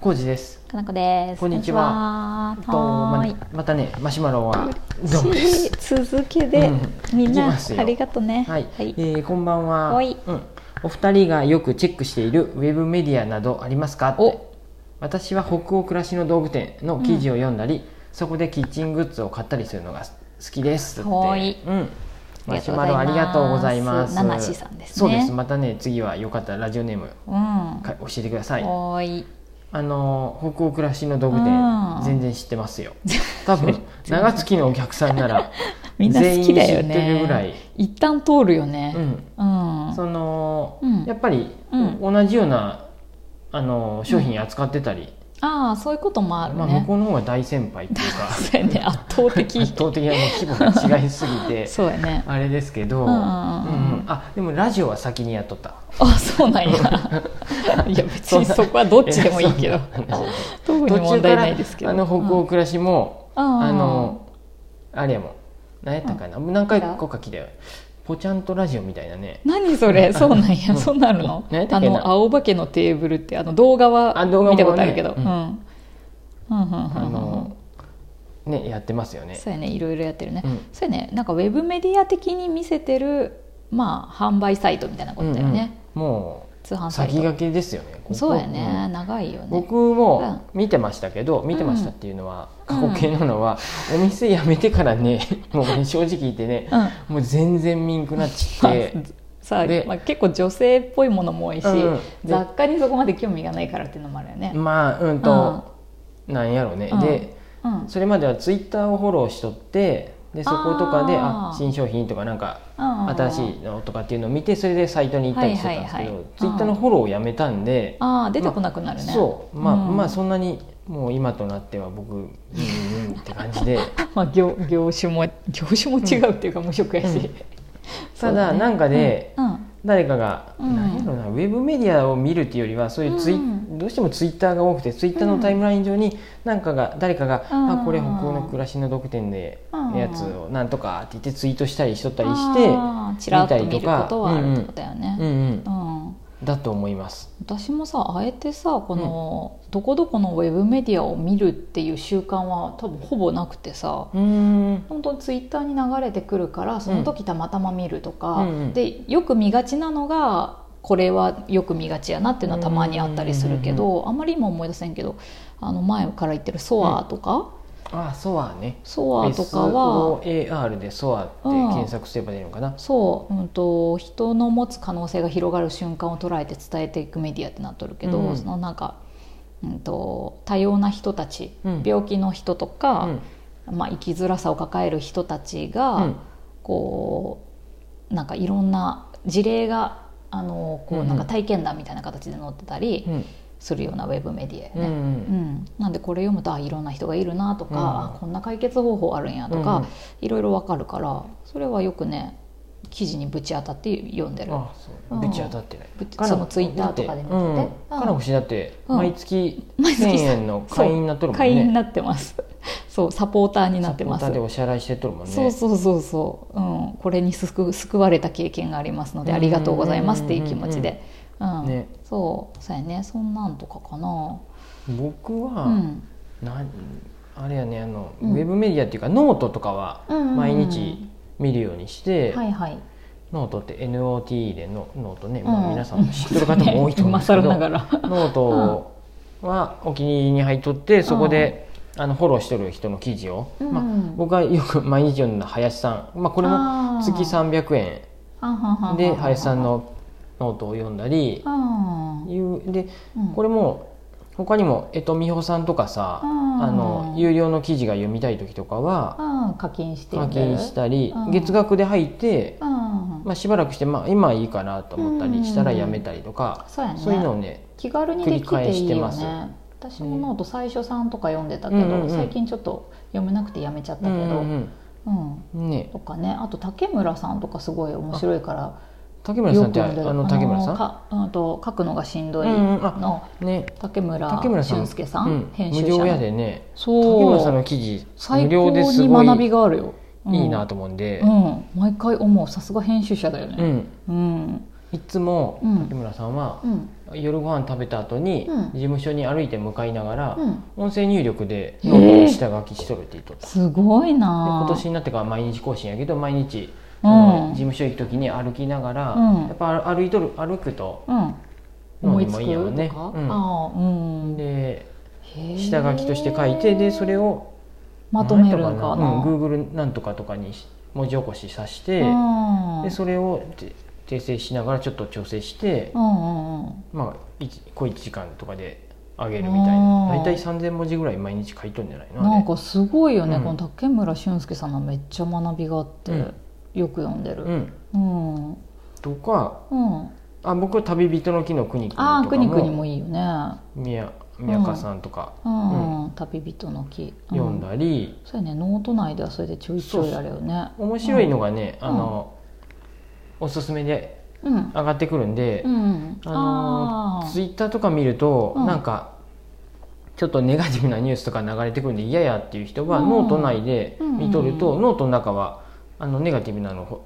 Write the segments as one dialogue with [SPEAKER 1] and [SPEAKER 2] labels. [SPEAKER 1] コウジです。
[SPEAKER 2] かなこです。
[SPEAKER 1] こんにちは
[SPEAKER 2] こんにちはは
[SPEAKER 1] え
[SPEAKER 2] ー
[SPEAKER 1] っ
[SPEAKER 2] い。
[SPEAKER 1] とままたねマシュマロはどうもで
[SPEAKER 2] し
[SPEAKER 1] す。
[SPEAKER 2] 続けで、
[SPEAKER 1] うん
[SPEAKER 2] みん
[SPEAKER 1] いき
[SPEAKER 2] な
[SPEAKER 1] ますよ
[SPEAKER 2] ありがとね。
[SPEAKER 1] はい、えーこんばんは。
[SPEAKER 2] おい
[SPEAKER 1] うん。お二人がよくチェックしているウェブメディアなどありますかって
[SPEAKER 2] お
[SPEAKER 1] 私は北欧暮らしの道具店の記事を読んだり、そこでキッチングッズを買ったりするのが好きですって。
[SPEAKER 2] おい
[SPEAKER 1] うん。マシュマロありがとうございます。
[SPEAKER 2] ナナシさんです
[SPEAKER 1] そ
[SPEAKER 2] ね。
[SPEAKER 1] うです。またね次はよかったらラジオネーム
[SPEAKER 2] うん。
[SPEAKER 1] か教えてください。
[SPEAKER 2] おい。
[SPEAKER 1] あのー北欧暮らしの道具
[SPEAKER 2] う
[SPEAKER 1] 店
[SPEAKER 2] ん
[SPEAKER 1] 全然知ってますよ多 分長月のお客さんなら
[SPEAKER 2] みんな好きだ
[SPEAKER 1] 全
[SPEAKER 2] よね。
[SPEAKER 1] 員知ってるぐらい
[SPEAKER 2] 一旦通るよね
[SPEAKER 1] う。ん
[SPEAKER 2] うん。
[SPEAKER 1] その、
[SPEAKER 2] うん
[SPEAKER 1] やっぱり、
[SPEAKER 2] うん
[SPEAKER 1] 同じようなあのー商品扱ってたり、
[SPEAKER 2] ああ、そういうこともある
[SPEAKER 1] まあ、向
[SPEAKER 2] ね。
[SPEAKER 1] こうの方が大先輩っていう か
[SPEAKER 2] そうやね。圧倒 的。
[SPEAKER 1] 圧倒的な規模が違いすぎて
[SPEAKER 2] そうやね。
[SPEAKER 1] あれですけど、
[SPEAKER 2] うんうんうんうん
[SPEAKER 1] うんあでもラジオは先にやっとった
[SPEAKER 2] あ、そうなんや。 いや、別にそこはどっちでもいいけど。
[SPEAKER 1] そうなんですよ
[SPEAKER 2] 特に問題ないですけど。
[SPEAKER 1] あの北欧暮らしも、
[SPEAKER 2] うん、
[SPEAKER 1] あのあれやもん何やったかな、何回か書きだよポチャンとラジオみたいなね
[SPEAKER 2] 何それそうなんや、
[SPEAKER 1] うん
[SPEAKER 2] そうなるの
[SPEAKER 1] 何やった
[SPEAKER 2] あ
[SPEAKER 1] っけな
[SPEAKER 2] の青化けのテーブルってあの動画は
[SPEAKER 1] あ動画もね
[SPEAKER 2] 見たことあるけど、
[SPEAKER 1] う
[SPEAKER 2] うんん、うんうんうんうん
[SPEAKER 1] あのねやってますよね
[SPEAKER 2] そうやねいろいろやってるね、
[SPEAKER 1] うん
[SPEAKER 2] そうやねなんかウェブメディア的に見せてるまあ販売サイトみたいなことだよね、
[SPEAKER 1] うんうんも
[SPEAKER 2] 通販
[SPEAKER 1] う
[SPEAKER 2] サイ
[SPEAKER 1] 先
[SPEAKER 2] ト
[SPEAKER 1] 駆けですよねここ
[SPEAKER 2] そうやね、
[SPEAKER 1] ん
[SPEAKER 2] 長いよね
[SPEAKER 1] 僕も見てましたけど見てましたっていうのは過去形なのは、お店辞めてからね もうね正直言ってね
[SPEAKER 2] うんま
[SPEAKER 1] もう全然ミンクなっちっ
[SPEAKER 2] あ
[SPEAKER 1] て、
[SPEAKER 2] さあ、
[SPEAKER 1] で
[SPEAKER 2] まあ、結構女性っぽいものも多いし、
[SPEAKER 1] うんで
[SPEAKER 2] 雑貨にそこまで興味がないからっていうのもあるよね、
[SPEAKER 1] まあうんと、なんやろうね、
[SPEAKER 2] うん
[SPEAKER 1] で
[SPEAKER 2] うんうん
[SPEAKER 1] それまではツイッターをフォローしとってでそことかであ
[SPEAKER 2] あー
[SPEAKER 1] 新商品とかなんか新しいのとかっていうのを見てそれでサイトに行ったりしてたんですけど、
[SPEAKER 2] はいはいはい
[SPEAKER 1] ツイッターのフォローをやめたんで、
[SPEAKER 2] ああ出てこなくなるね、
[SPEAKER 1] そうまあ、
[SPEAKER 2] うん
[SPEAKER 1] まあそんなにもう今となっては僕うんうんって感じで
[SPEAKER 2] まあ、業業種も業種も違うっていうか無職やし、
[SPEAKER 1] うん
[SPEAKER 2] そ
[SPEAKER 1] た
[SPEAKER 2] う
[SPEAKER 1] だ
[SPEAKER 2] ね
[SPEAKER 1] なんかで
[SPEAKER 2] うん
[SPEAKER 1] 誰かが、
[SPEAKER 2] うん
[SPEAKER 1] なんやろなウェブメディアを見るっていうよりはそういうツイ、
[SPEAKER 2] うん
[SPEAKER 1] どうしてもツイッターが多くてツイッターのタイムライン上になんかが誰かが「
[SPEAKER 2] うん
[SPEAKER 1] あこれ北欧の暮らしの独店で
[SPEAKER 2] うん
[SPEAKER 1] やつをなんとか」って言ってツイートしたりしとったりして。
[SPEAKER 2] あーちらっと見ることはあるってことだよね、
[SPEAKER 1] うんうん、
[SPEAKER 2] うん
[SPEAKER 1] だと思います。
[SPEAKER 2] 私もさあえてさこの、どこどこのウェブメディアを見るっていう習慣は多分ほぼなくてさ
[SPEAKER 1] うん、
[SPEAKER 2] 本当にツイッターに流れてくるからその時たまたま見るとか、
[SPEAKER 1] うんうんうん
[SPEAKER 2] でよく見がちなのがこれはよく見がちやなっていうのはたまにあったりするけど、
[SPEAKER 1] うん
[SPEAKER 2] あんまり今思い出せんけどあの前から言ってる「ソアとか、
[SPEAKER 1] あ、ソアね。
[SPEAKER 2] ソアとかは
[SPEAKER 1] SOAR でソアって
[SPEAKER 2] うん
[SPEAKER 1] 検索すれば出るのかな。
[SPEAKER 2] そう、うん、と人の持つ可能性が広がる瞬間を捉えて伝えていくメディアってなっとるけど、
[SPEAKER 1] うん
[SPEAKER 2] そのなんか、うん、と多様な人たち、
[SPEAKER 1] うん
[SPEAKER 2] 病気の人と
[SPEAKER 1] う
[SPEAKER 2] か
[SPEAKER 1] ん、
[SPEAKER 2] まあ、生きづらさを抱える人たち
[SPEAKER 1] う
[SPEAKER 2] が、
[SPEAKER 1] ん
[SPEAKER 2] こうなんかいろんな事例があのこ
[SPEAKER 1] うんう
[SPEAKER 2] うんなんか体験談みたいな形で載ってたり
[SPEAKER 1] うん
[SPEAKER 2] するようなウェブメディア
[SPEAKER 1] う
[SPEAKER 2] よね。うんん、なんでこれ読むとあいろんな人がいるなとか、
[SPEAKER 1] うん
[SPEAKER 2] あこんな解決方法あるんやとか、
[SPEAKER 1] うん
[SPEAKER 2] いろいろわかるからそれはよくね記事にぶち当たって読んでる
[SPEAKER 1] あ、そうう。
[SPEAKER 2] ん
[SPEAKER 1] ぶち当たってない
[SPEAKER 2] ぶち。
[SPEAKER 1] かな
[SPEAKER 2] その Twitter とかで見てて
[SPEAKER 1] うん
[SPEAKER 2] うん
[SPEAKER 1] かなこしだって
[SPEAKER 2] うん
[SPEAKER 1] 毎月
[SPEAKER 2] 毎月
[SPEAKER 1] 千円の会員になっとるもんね。
[SPEAKER 2] 会員になってますそうサポーターになってます
[SPEAKER 1] サポーターでお支払いしてっとるもんね。
[SPEAKER 2] そうそうそうそう、うん、これに救救われた経験がありますのでありがとうございますっていう気持ちで、うん
[SPEAKER 1] ね
[SPEAKER 2] そうそうやねそんなんとかかな
[SPEAKER 1] 僕
[SPEAKER 2] う
[SPEAKER 1] は
[SPEAKER 2] ん
[SPEAKER 1] なんあれやねあの
[SPEAKER 2] うん
[SPEAKER 1] ウェブメディアっていうかノートとかは
[SPEAKER 2] うんうんうん
[SPEAKER 1] 毎日見るようにして。
[SPEAKER 2] はいはい
[SPEAKER 1] ノートって NOT でのノートね、
[SPEAKER 2] ん
[SPEAKER 1] まあ、皆さんも知ってる方も多いと思うんですけど、
[SPEAKER 2] 今更ながら
[SPEAKER 1] ノートはお気に入りに入っとってそこで、あのフォローしてる人の記事を、
[SPEAKER 2] うん
[SPEAKER 1] まあ、僕がよく毎日読んだ林さん、まあ、これも
[SPEAKER 2] あー
[SPEAKER 1] 月300円
[SPEAKER 2] あはんはんはんはん
[SPEAKER 1] で林さんのノートを読んだり
[SPEAKER 2] あ
[SPEAKER 1] いうで
[SPEAKER 2] うん
[SPEAKER 1] これも他にも江戸美穂さんとかさ
[SPEAKER 2] うん
[SPEAKER 1] あの有料の記事が読みたい時とかは
[SPEAKER 2] あ課金して
[SPEAKER 1] 課金したり
[SPEAKER 2] うん
[SPEAKER 1] 月額で入って
[SPEAKER 2] あ
[SPEAKER 1] まあ、しばらくして、まあ、今はいいかなと思ったりしたら
[SPEAKER 2] うん
[SPEAKER 1] やめたりとか、
[SPEAKER 2] そうやね
[SPEAKER 1] そういうのをね
[SPEAKER 2] 気軽にできていい
[SPEAKER 1] 繰り
[SPEAKER 2] よ
[SPEAKER 1] 返してま
[SPEAKER 2] ね私もノート最初3とか読んでたけ
[SPEAKER 1] う
[SPEAKER 2] ど、
[SPEAKER 1] んうんうん
[SPEAKER 2] 最近ちょっと読めなくてやめちゃったけど、うん
[SPEAKER 1] んね
[SPEAKER 2] とかねあと竹村さんとかすごい面白いから
[SPEAKER 1] 竹村さんってあ
[SPEAKER 2] よく読んでる
[SPEAKER 1] の竹村さん、
[SPEAKER 2] かうんと書くのがしんどい
[SPEAKER 1] うんうんあ
[SPEAKER 2] の
[SPEAKER 1] ね
[SPEAKER 2] 竹村
[SPEAKER 1] 竹村さん
[SPEAKER 2] 俊介さん、
[SPEAKER 1] うん
[SPEAKER 2] 編集
[SPEAKER 1] 無料
[SPEAKER 2] 者の
[SPEAKER 1] やでね竹村さん
[SPEAKER 2] そ
[SPEAKER 1] の
[SPEAKER 2] う
[SPEAKER 1] 記事
[SPEAKER 2] 最
[SPEAKER 1] 無料
[SPEAKER 2] 高
[SPEAKER 1] です
[SPEAKER 2] に
[SPEAKER 1] ごい
[SPEAKER 2] 学びがあるよ、うん
[SPEAKER 1] いいなと思うんで、う
[SPEAKER 2] う
[SPEAKER 1] ん
[SPEAKER 2] ん、毎回思うさすが編集者だよね、うん
[SPEAKER 1] いつも
[SPEAKER 2] うん
[SPEAKER 1] 竹村さんは
[SPEAKER 2] うん
[SPEAKER 1] 夜ご飯食べた後に
[SPEAKER 2] うん
[SPEAKER 1] 事務所に歩いて向かいながら
[SPEAKER 2] う、ん、
[SPEAKER 1] 音声入力でノートに下書きしとるって言っとった、
[SPEAKER 2] すごい
[SPEAKER 1] で
[SPEAKER 2] な
[SPEAKER 1] 今年になってから毎日更新やけど毎日、
[SPEAKER 2] うん
[SPEAKER 1] その事務所行く時に歩きながら、
[SPEAKER 2] うん
[SPEAKER 1] やっぱ歩いとる歩くと
[SPEAKER 2] うん、
[SPEAKER 1] 脳
[SPEAKER 2] 思
[SPEAKER 1] に
[SPEAKER 2] いつ
[SPEAKER 1] も
[SPEAKER 2] く
[SPEAKER 1] いいやろね
[SPEAKER 2] とか、
[SPEAKER 1] うん
[SPEAKER 2] ああうん
[SPEAKER 1] で
[SPEAKER 2] へえ
[SPEAKER 1] 下書きとして書いてでそれを
[SPEAKER 2] まとめるの
[SPEAKER 1] な
[SPEAKER 2] かな
[SPEAKER 1] んとかなうん、Google なんとかとかに文字起こしさせて、
[SPEAKER 2] うん
[SPEAKER 1] でそれをて訂正しながらちょっと調整して、
[SPEAKER 2] うんうんうん
[SPEAKER 1] まあ一小1時間とかで上げるみたいな
[SPEAKER 2] あー
[SPEAKER 1] 大体3000文字ぐらい毎日書いとんじゃないのあれ
[SPEAKER 2] なんかすごいよね、
[SPEAKER 1] うん
[SPEAKER 2] この竹村俊介さんのめっちゃ学びがあって、
[SPEAKER 1] うん
[SPEAKER 2] よく読んでる
[SPEAKER 1] うん、
[SPEAKER 2] うん、うん
[SPEAKER 1] とかあ僕旅人の木の国君と
[SPEAKER 2] あ
[SPEAKER 1] か
[SPEAKER 2] あくにくに
[SPEAKER 1] も
[SPEAKER 2] もいいよね、
[SPEAKER 1] 宮宮川さんとか
[SPEAKER 2] うん旅人の木、うん
[SPEAKER 1] 読んだり、
[SPEAKER 2] そうやねノート内ではそれでちょいちょいあれよね
[SPEAKER 1] 面白いのがね、
[SPEAKER 2] うん
[SPEAKER 1] あのおすすめで
[SPEAKER 2] うん
[SPEAKER 1] 上がってくるんで、
[SPEAKER 2] うん
[SPEAKER 1] あの
[SPEAKER 2] あー
[SPEAKER 1] ツイッターとか見ると、
[SPEAKER 2] うん
[SPEAKER 1] なんかちょっとネガティブなニュースとか流れてくるんで嫌やっていう人は
[SPEAKER 2] うん
[SPEAKER 1] ノート内で見とると、
[SPEAKER 2] う
[SPEAKER 1] ノートの中はあのネガティブなのほ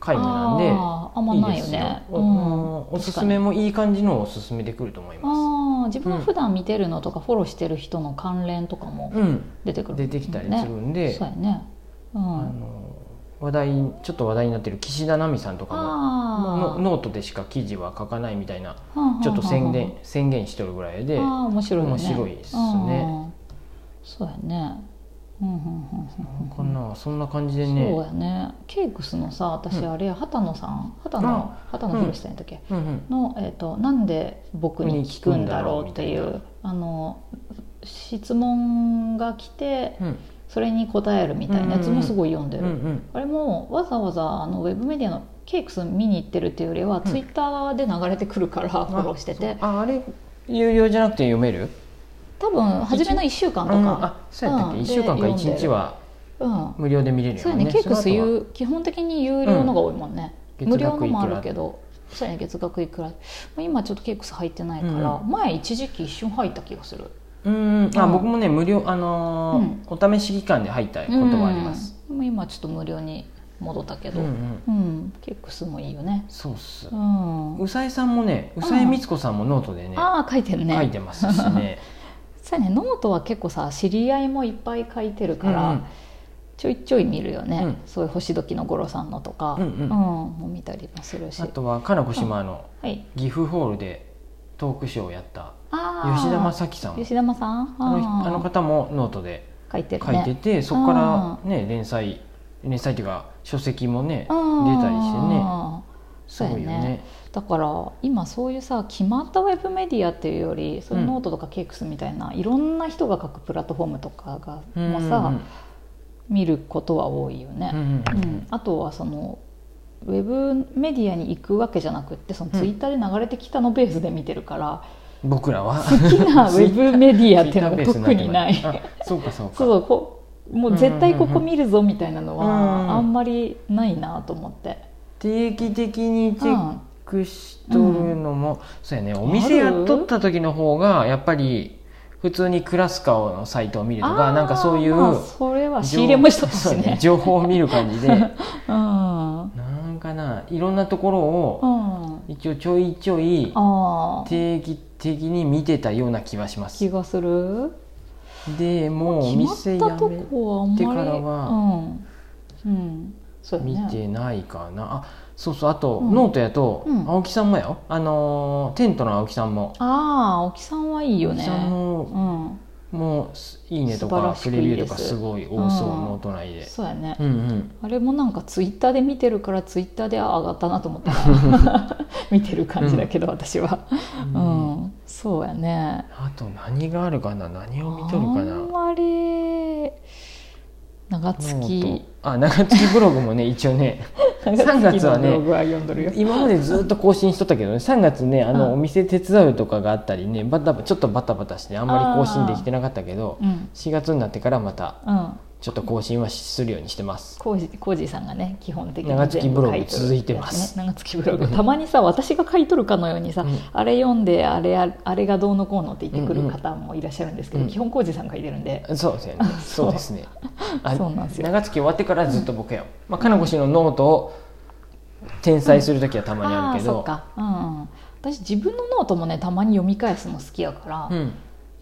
[SPEAKER 1] 皆無なんで
[SPEAKER 2] あーあんま
[SPEAKER 1] いい
[SPEAKER 2] ない
[SPEAKER 1] で
[SPEAKER 2] よ
[SPEAKER 1] すよ
[SPEAKER 2] ね
[SPEAKER 1] お
[SPEAKER 2] うん
[SPEAKER 1] おすすめもいい感じのをおすすめでくると思いま
[SPEAKER 2] ああ自分が普段見てるのとかフォローしてる人の関連とかも
[SPEAKER 1] す。うん、
[SPEAKER 2] 出てくる、
[SPEAKER 1] 出てきたりするんで、
[SPEAKER 2] そうやねう
[SPEAKER 1] あ
[SPEAKER 2] ん
[SPEAKER 1] の話題ちょっと話題になってる岸田奈美さんとかも
[SPEAKER 2] あ
[SPEAKER 1] のノートでしか記事は書かないみたいな
[SPEAKER 2] あ
[SPEAKER 1] ちょっと宣言宣言しとるぐらいで
[SPEAKER 2] ああ面白いよね
[SPEAKER 1] 面白いっすね
[SPEAKER 2] うんそうやねうんうんうんうん
[SPEAKER 1] こんなそんな感じでね。
[SPEAKER 2] そうやねケイクスのさ私
[SPEAKER 1] うん
[SPEAKER 2] あれや畑野さん畑野畑野宏さんやったっけ
[SPEAKER 1] うんうん
[SPEAKER 2] の、えー、となんで僕に聞くんだろうってい
[SPEAKER 1] うん聞くんだろうみ
[SPEAKER 2] うあの質問が来て
[SPEAKER 1] うん
[SPEAKER 2] それに答えるみたいなやつもすごい読んで
[SPEAKER 1] う
[SPEAKER 2] る、
[SPEAKER 1] んうん
[SPEAKER 2] あれもわざわざあのウェブメディアのケイクス見に行ってるっていうよりは、
[SPEAKER 1] うん
[SPEAKER 2] ツイッターで流れてくるからフォローしてて
[SPEAKER 1] あそうああれ有料じゃなくて読める
[SPEAKER 2] 多分初めの1週間と
[SPEAKER 1] うん
[SPEAKER 2] か、
[SPEAKER 1] あそうやったっけ
[SPEAKER 2] うん
[SPEAKER 1] 1週間か
[SPEAKER 2] で
[SPEAKER 1] 1日は
[SPEAKER 2] うん
[SPEAKER 1] 無料で見れる
[SPEAKER 2] そう
[SPEAKER 1] よ
[SPEAKER 2] やね
[SPEAKER 1] ね
[SPEAKER 2] ケイクス
[SPEAKER 1] その後は
[SPEAKER 2] 有基本的に有料のが多いもんね、
[SPEAKER 1] うん
[SPEAKER 2] 無料のもあるけどそうやね月額いくらまあ今ちょっとケイクス入ってないから、
[SPEAKER 1] う
[SPEAKER 2] 前一時期一瞬入った気がする
[SPEAKER 1] うんあ
[SPEAKER 2] うん
[SPEAKER 1] 僕もね無料あのーお試し期間で入ったことがあります
[SPEAKER 2] うんでも今ちょっと無料に戻ったけ
[SPEAKER 1] う
[SPEAKER 2] ど
[SPEAKER 1] ん
[SPEAKER 2] う、
[SPEAKER 1] うんん
[SPEAKER 2] ケイクスもいいよね
[SPEAKER 1] そうっす
[SPEAKER 2] うん
[SPEAKER 1] うさえさんもねうさえみつこさんもノートでね
[SPEAKER 2] ああ書いてるね
[SPEAKER 1] 書いてますしね
[SPEAKER 2] そうやねノートは結構さ知り合いもいっぱい書いてる から、
[SPEAKER 1] うんうん
[SPEAKER 2] ちょいちょい見るよね、
[SPEAKER 1] うん
[SPEAKER 2] そういう星時の五郎さんのとか、
[SPEAKER 1] うんうん
[SPEAKER 2] も見たりもするし
[SPEAKER 1] あとはかなこ島の
[SPEAKER 2] はい
[SPEAKER 1] 岐阜ホールでトークショーをやった
[SPEAKER 2] あー
[SPEAKER 1] 吉田正樹さんも
[SPEAKER 2] 吉田さん
[SPEAKER 1] あの
[SPEAKER 2] ー
[SPEAKER 1] あの方もノートで
[SPEAKER 2] 書いてる
[SPEAKER 1] 書
[SPEAKER 2] ね
[SPEAKER 1] いてて、そこからね連載連載っていうか書籍もね
[SPEAKER 2] あー
[SPEAKER 1] 出たりしてねすごいよ
[SPEAKER 2] そうや
[SPEAKER 1] ね
[SPEAKER 2] ねだから今そういうさ決まったウェブメディアっていうよりそういうノートとかケイクスみたいな、いろんな人が書くプラットフォームとかが
[SPEAKER 1] うん
[SPEAKER 2] もさ、見ることは多いよ
[SPEAKER 1] うんう
[SPEAKER 2] ね、
[SPEAKER 1] ん
[SPEAKER 2] うんあとはそのウェブメディアに行くわけじゃなくってその
[SPEAKER 1] うん
[SPEAKER 2] ツイッターで流れてきたのベースで見て るから、
[SPEAKER 1] 僕らは
[SPEAKER 2] 好きなウェブメディアってい
[SPEAKER 1] ツイッター
[SPEAKER 2] うのが
[SPEAKER 1] ベ
[SPEAKER 2] 特
[SPEAKER 1] ース
[SPEAKER 2] にない
[SPEAKER 1] ってますあそうかそうか
[SPEAKER 2] そうそうこもう絶対ここ見るぞみたいなの
[SPEAKER 1] うんうんうん
[SPEAKER 2] はあんまりないなと思って、
[SPEAKER 1] 定期的にチェックしとるのも、そうやねお店やっとった時の方がやっぱり普通にクラスカーのサイトを見ると
[SPEAKER 2] あ
[SPEAKER 1] か
[SPEAKER 2] ー
[SPEAKER 1] なんかそういう
[SPEAKER 2] まあそれは仕入れもしたし
[SPEAKER 1] そう
[SPEAKER 2] ね
[SPEAKER 1] 情報を見る感じで
[SPEAKER 2] うん、うん、
[SPEAKER 1] なんかないろんなところを
[SPEAKER 2] あ
[SPEAKER 1] 一応ちょいちょい
[SPEAKER 2] あ
[SPEAKER 1] 定期的に見てたような気はしま
[SPEAKER 2] 気
[SPEAKER 1] す
[SPEAKER 2] がする
[SPEAKER 1] でもうお
[SPEAKER 2] 決
[SPEAKER 1] 店
[SPEAKER 2] ま
[SPEAKER 1] や
[SPEAKER 2] ったとこはあんま
[SPEAKER 1] て
[SPEAKER 2] り
[SPEAKER 1] からは
[SPEAKER 2] うん、うん、そう
[SPEAKER 1] め
[SPEAKER 2] や
[SPEAKER 1] 見
[SPEAKER 2] ね
[SPEAKER 1] てないかなあそうそうあと、
[SPEAKER 2] うん
[SPEAKER 1] ノートやと、
[SPEAKER 2] うん
[SPEAKER 1] 青木さんもやよあのーテントの青木さんも
[SPEAKER 2] ああ青木さんはいいよ
[SPEAKER 1] 青木
[SPEAKER 2] ね
[SPEAKER 1] さんの
[SPEAKER 2] うん
[SPEAKER 1] もういいねと
[SPEAKER 2] 素晴
[SPEAKER 1] から
[SPEAKER 2] し
[SPEAKER 1] プ
[SPEAKER 2] く
[SPEAKER 1] レ
[SPEAKER 2] い
[SPEAKER 1] ビ
[SPEAKER 2] い
[SPEAKER 1] ュー
[SPEAKER 2] で
[SPEAKER 1] と
[SPEAKER 2] す
[SPEAKER 1] かすごい多そう、
[SPEAKER 2] うん
[SPEAKER 1] ノート内で
[SPEAKER 2] そうやね、
[SPEAKER 1] うんうん
[SPEAKER 2] あれもなんかツイッターで見てるからツイッターであ上がったなと思った ら見てる感じだけど、私は、うんそうやね
[SPEAKER 1] あと何があるかな何を見とるか
[SPEAKER 2] あん
[SPEAKER 1] な
[SPEAKER 2] まり長月
[SPEAKER 1] ノートあ長月ブログもね 一応ね3月はね
[SPEAKER 2] 長月のブログは読んどるよ
[SPEAKER 1] 今までずっと更新しとったけどね3月ねあ
[SPEAKER 2] う
[SPEAKER 1] の
[SPEAKER 2] ん
[SPEAKER 1] お店手伝うとかがあったりねバタバちょっとバタバタしてあんまり更新できてなかったけど
[SPEAKER 2] うん
[SPEAKER 1] 4月になってからまた
[SPEAKER 2] うん
[SPEAKER 1] ちょっと更新はするようにしてます
[SPEAKER 2] コージコージーさんがね基本的に
[SPEAKER 1] 長月ブログ
[SPEAKER 2] 全部書とる
[SPEAKER 1] 続いてます
[SPEAKER 2] ね長月ブログたまにさ私が書いとるかのようにさ、
[SPEAKER 1] うん
[SPEAKER 2] あれ読んであれああれがどうのこうのって言ってく
[SPEAKER 1] うん
[SPEAKER 2] る
[SPEAKER 1] うん
[SPEAKER 2] 方もいらっしゃるんですけど、
[SPEAKER 1] うん
[SPEAKER 2] 基本コージーさんが書いてるんで、
[SPEAKER 1] そうですよね
[SPEAKER 2] そう
[SPEAKER 1] そうです ねあ
[SPEAKER 2] そうなんですよ
[SPEAKER 1] 長月終わってからずっと僕や、まあ、かなこ氏のノートを転載する時はたまにあ
[SPEAKER 2] あ
[SPEAKER 1] る
[SPEAKER 2] あ
[SPEAKER 1] け
[SPEAKER 2] そっ
[SPEAKER 1] ど、
[SPEAKER 2] かうんうん私自分のノートもねたまに読み返すの好きやから、
[SPEAKER 1] うん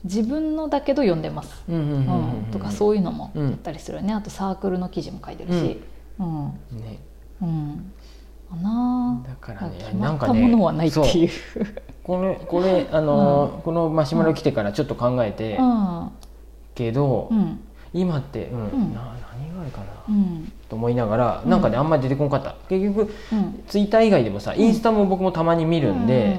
[SPEAKER 2] 自分のだけど読んでます、
[SPEAKER 1] うんう
[SPEAKER 2] うん
[SPEAKER 1] うんうん
[SPEAKER 2] ん、とかそういうのも
[SPEAKER 1] うん
[SPEAKER 2] やったりするよねあとサークルの記事も書いてるしうんうん、
[SPEAKER 1] ね
[SPEAKER 2] かな
[SPEAKER 1] だからね
[SPEAKER 2] 決
[SPEAKER 1] な
[SPEAKER 2] ま
[SPEAKER 1] ん
[SPEAKER 2] っ
[SPEAKER 1] か
[SPEAKER 2] た
[SPEAKER 1] ね
[SPEAKER 2] ものはないって
[SPEAKER 1] そう
[SPEAKER 2] いう
[SPEAKER 1] これこれあのーこのマシュマロ来てからちょっと考えて
[SPEAKER 2] うん
[SPEAKER 1] けど、
[SPEAKER 2] うん
[SPEAKER 1] 今って、うん
[SPEAKER 2] うん
[SPEAKER 1] な何があるかな
[SPEAKER 2] うん
[SPEAKER 1] と思いながら
[SPEAKER 2] うん
[SPEAKER 1] なんかねあんまり出てこんかった結局
[SPEAKER 2] うん
[SPEAKER 1] ツイッター以外でもさインスタも僕もたまに見るんで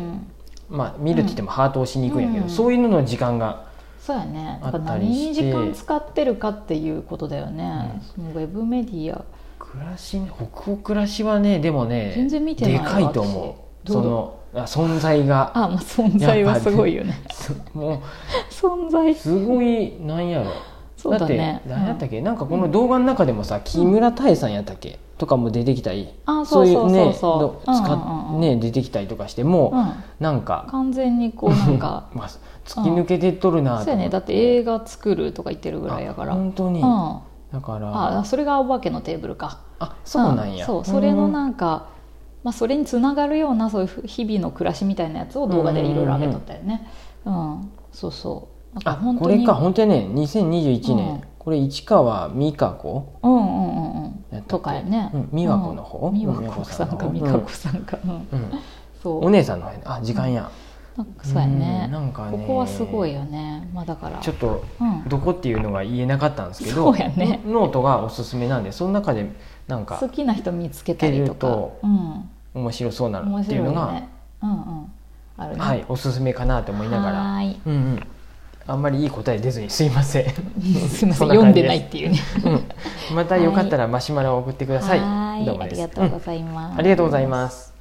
[SPEAKER 2] う、ん
[SPEAKER 1] まあ見るって言ってもハート押しにくいんやけど、
[SPEAKER 2] うん
[SPEAKER 1] そういうのの時間が
[SPEAKER 2] そうやね
[SPEAKER 1] あ
[SPEAKER 2] だ
[SPEAKER 1] っ
[SPEAKER 2] か
[SPEAKER 1] た
[SPEAKER 2] ら
[SPEAKER 1] り
[SPEAKER 2] 何に
[SPEAKER 1] して
[SPEAKER 2] 時間使ってるかっていうことだよね、そのウェブメディア
[SPEAKER 1] 暮らしね北欧暮らしはねでもね
[SPEAKER 2] 全然見てない
[SPEAKER 1] で
[SPEAKER 2] わ
[SPEAKER 1] かいと思う
[SPEAKER 2] 私
[SPEAKER 1] そ
[SPEAKER 2] どう
[SPEAKER 1] のあ存在が
[SPEAKER 2] あまあ存在はすごいよね
[SPEAKER 1] そ も
[SPEAKER 2] 存在
[SPEAKER 1] うすごいなんやろ
[SPEAKER 2] そうだ
[SPEAKER 1] だっ
[SPEAKER 2] ね
[SPEAKER 1] て何やったっけ、なんかこの動画の中でもさ木村多江さんやったっけとかも出てきたり、
[SPEAKER 2] あそうそうそうそう
[SPEAKER 1] ど
[SPEAKER 2] うんうん
[SPEAKER 1] 使
[SPEAKER 2] うん
[SPEAKER 1] っ
[SPEAKER 2] うん
[SPEAKER 1] ね出てきたりとかして
[SPEAKER 2] うんう
[SPEAKER 1] も
[SPEAKER 2] ん
[SPEAKER 1] なんか
[SPEAKER 2] 完全にこうな んか
[SPEAKER 1] まあ突き抜けてっとるな
[SPEAKER 2] そう
[SPEAKER 1] と
[SPEAKER 2] や
[SPEAKER 1] 思
[SPEAKER 2] ねだって映画作るとか言ってるぐらいやから
[SPEAKER 1] あ本当
[SPEAKER 2] う
[SPEAKER 1] に
[SPEAKER 2] ん、あ
[SPEAKER 1] だから
[SPEAKER 2] あそれがお化けのテーブルか
[SPEAKER 1] あそうなんや
[SPEAKER 2] そうそれの
[SPEAKER 1] うん
[SPEAKER 2] なんか、まあ、それにつながるようなそういう日々の暮らしみたいなやつを動画でいろいろ上げとったよねうん、そうそうなん
[SPEAKER 1] あ
[SPEAKER 2] 本
[SPEAKER 1] こ
[SPEAKER 2] 当
[SPEAKER 1] れ
[SPEAKER 2] に
[SPEAKER 1] か本当にね2021年、
[SPEAKER 2] うん
[SPEAKER 1] これ市川美香子
[SPEAKER 2] うんうんうんう
[SPEAKER 1] やったっけ
[SPEAKER 2] んとかやね、
[SPEAKER 1] うん美和子の方
[SPEAKER 2] うん美和子さんか
[SPEAKER 1] 美
[SPEAKER 2] 美
[SPEAKER 1] 和
[SPEAKER 2] 和
[SPEAKER 1] 子
[SPEAKER 2] 子さんか、うん
[SPEAKER 1] うん、
[SPEAKER 2] そう
[SPEAKER 1] お姉さんの方やねあ時間や、
[SPEAKER 2] なんかそうやね
[SPEAKER 1] うんなんかね
[SPEAKER 2] ここはすごいよねまあだから
[SPEAKER 1] ちょっと
[SPEAKER 2] うん
[SPEAKER 1] どこっていうのが言えなかったんですけ
[SPEAKER 2] そ
[SPEAKER 1] ど、
[SPEAKER 2] うやね
[SPEAKER 1] ノートがおすすめなんでその中でなんか
[SPEAKER 2] 好きな人見つけたり
[SPEAKER 1] 見てる
[SPEAKER 2] とか
[SPEAKER 1] と
[SPEAKER 2] うん、
[SPEAKER 1] 面白そうなの
[SPEAKER 2] 面
[SPEAKER 1] って
[SPEAKER 2] 白
[SPEAKER 1] い
[SPEAKER 2] いう
[SPEAKER 1] のが、
[SPEAKER 2] よねうんうんあるね
[SPEAKER 1] はいおすすめかなと思いながら
[SPEAKER 2] は ーい
[SPEAKER 1] うんうんあんまりいい答え出ずにすいません
[SPEAKER 2] すみま
[SPEAKER 1] そ
[SPEAKER 2] せ
[SPEAKER 1] ん
[SPEAKER 2] ん
[SPEAKER 1] な
[SPEAKER 2] 読
[SPEAKER 1] 感
[SPEAKER 2] ん
[SPEAKER 1] じ
[SPEAKER 2] で
[SPEAKER 1] です
[SPEAKER 2] ないっていうね
[SPEAKER 1] またよかったらマシュマロを送ってください、
[SPEAKER 2] はー
[SPEAKER 1] どうも
[SPEAKER 2] あ
[SPEAKER 1] で
[SPEAKER 2] り
[SPEAKER 1] す
[SPEAKER 2] がとうご
[SPEAKER 1] ん
[SPEAKER 2] ざいます、
[SPEAKER 1] ありがとうございます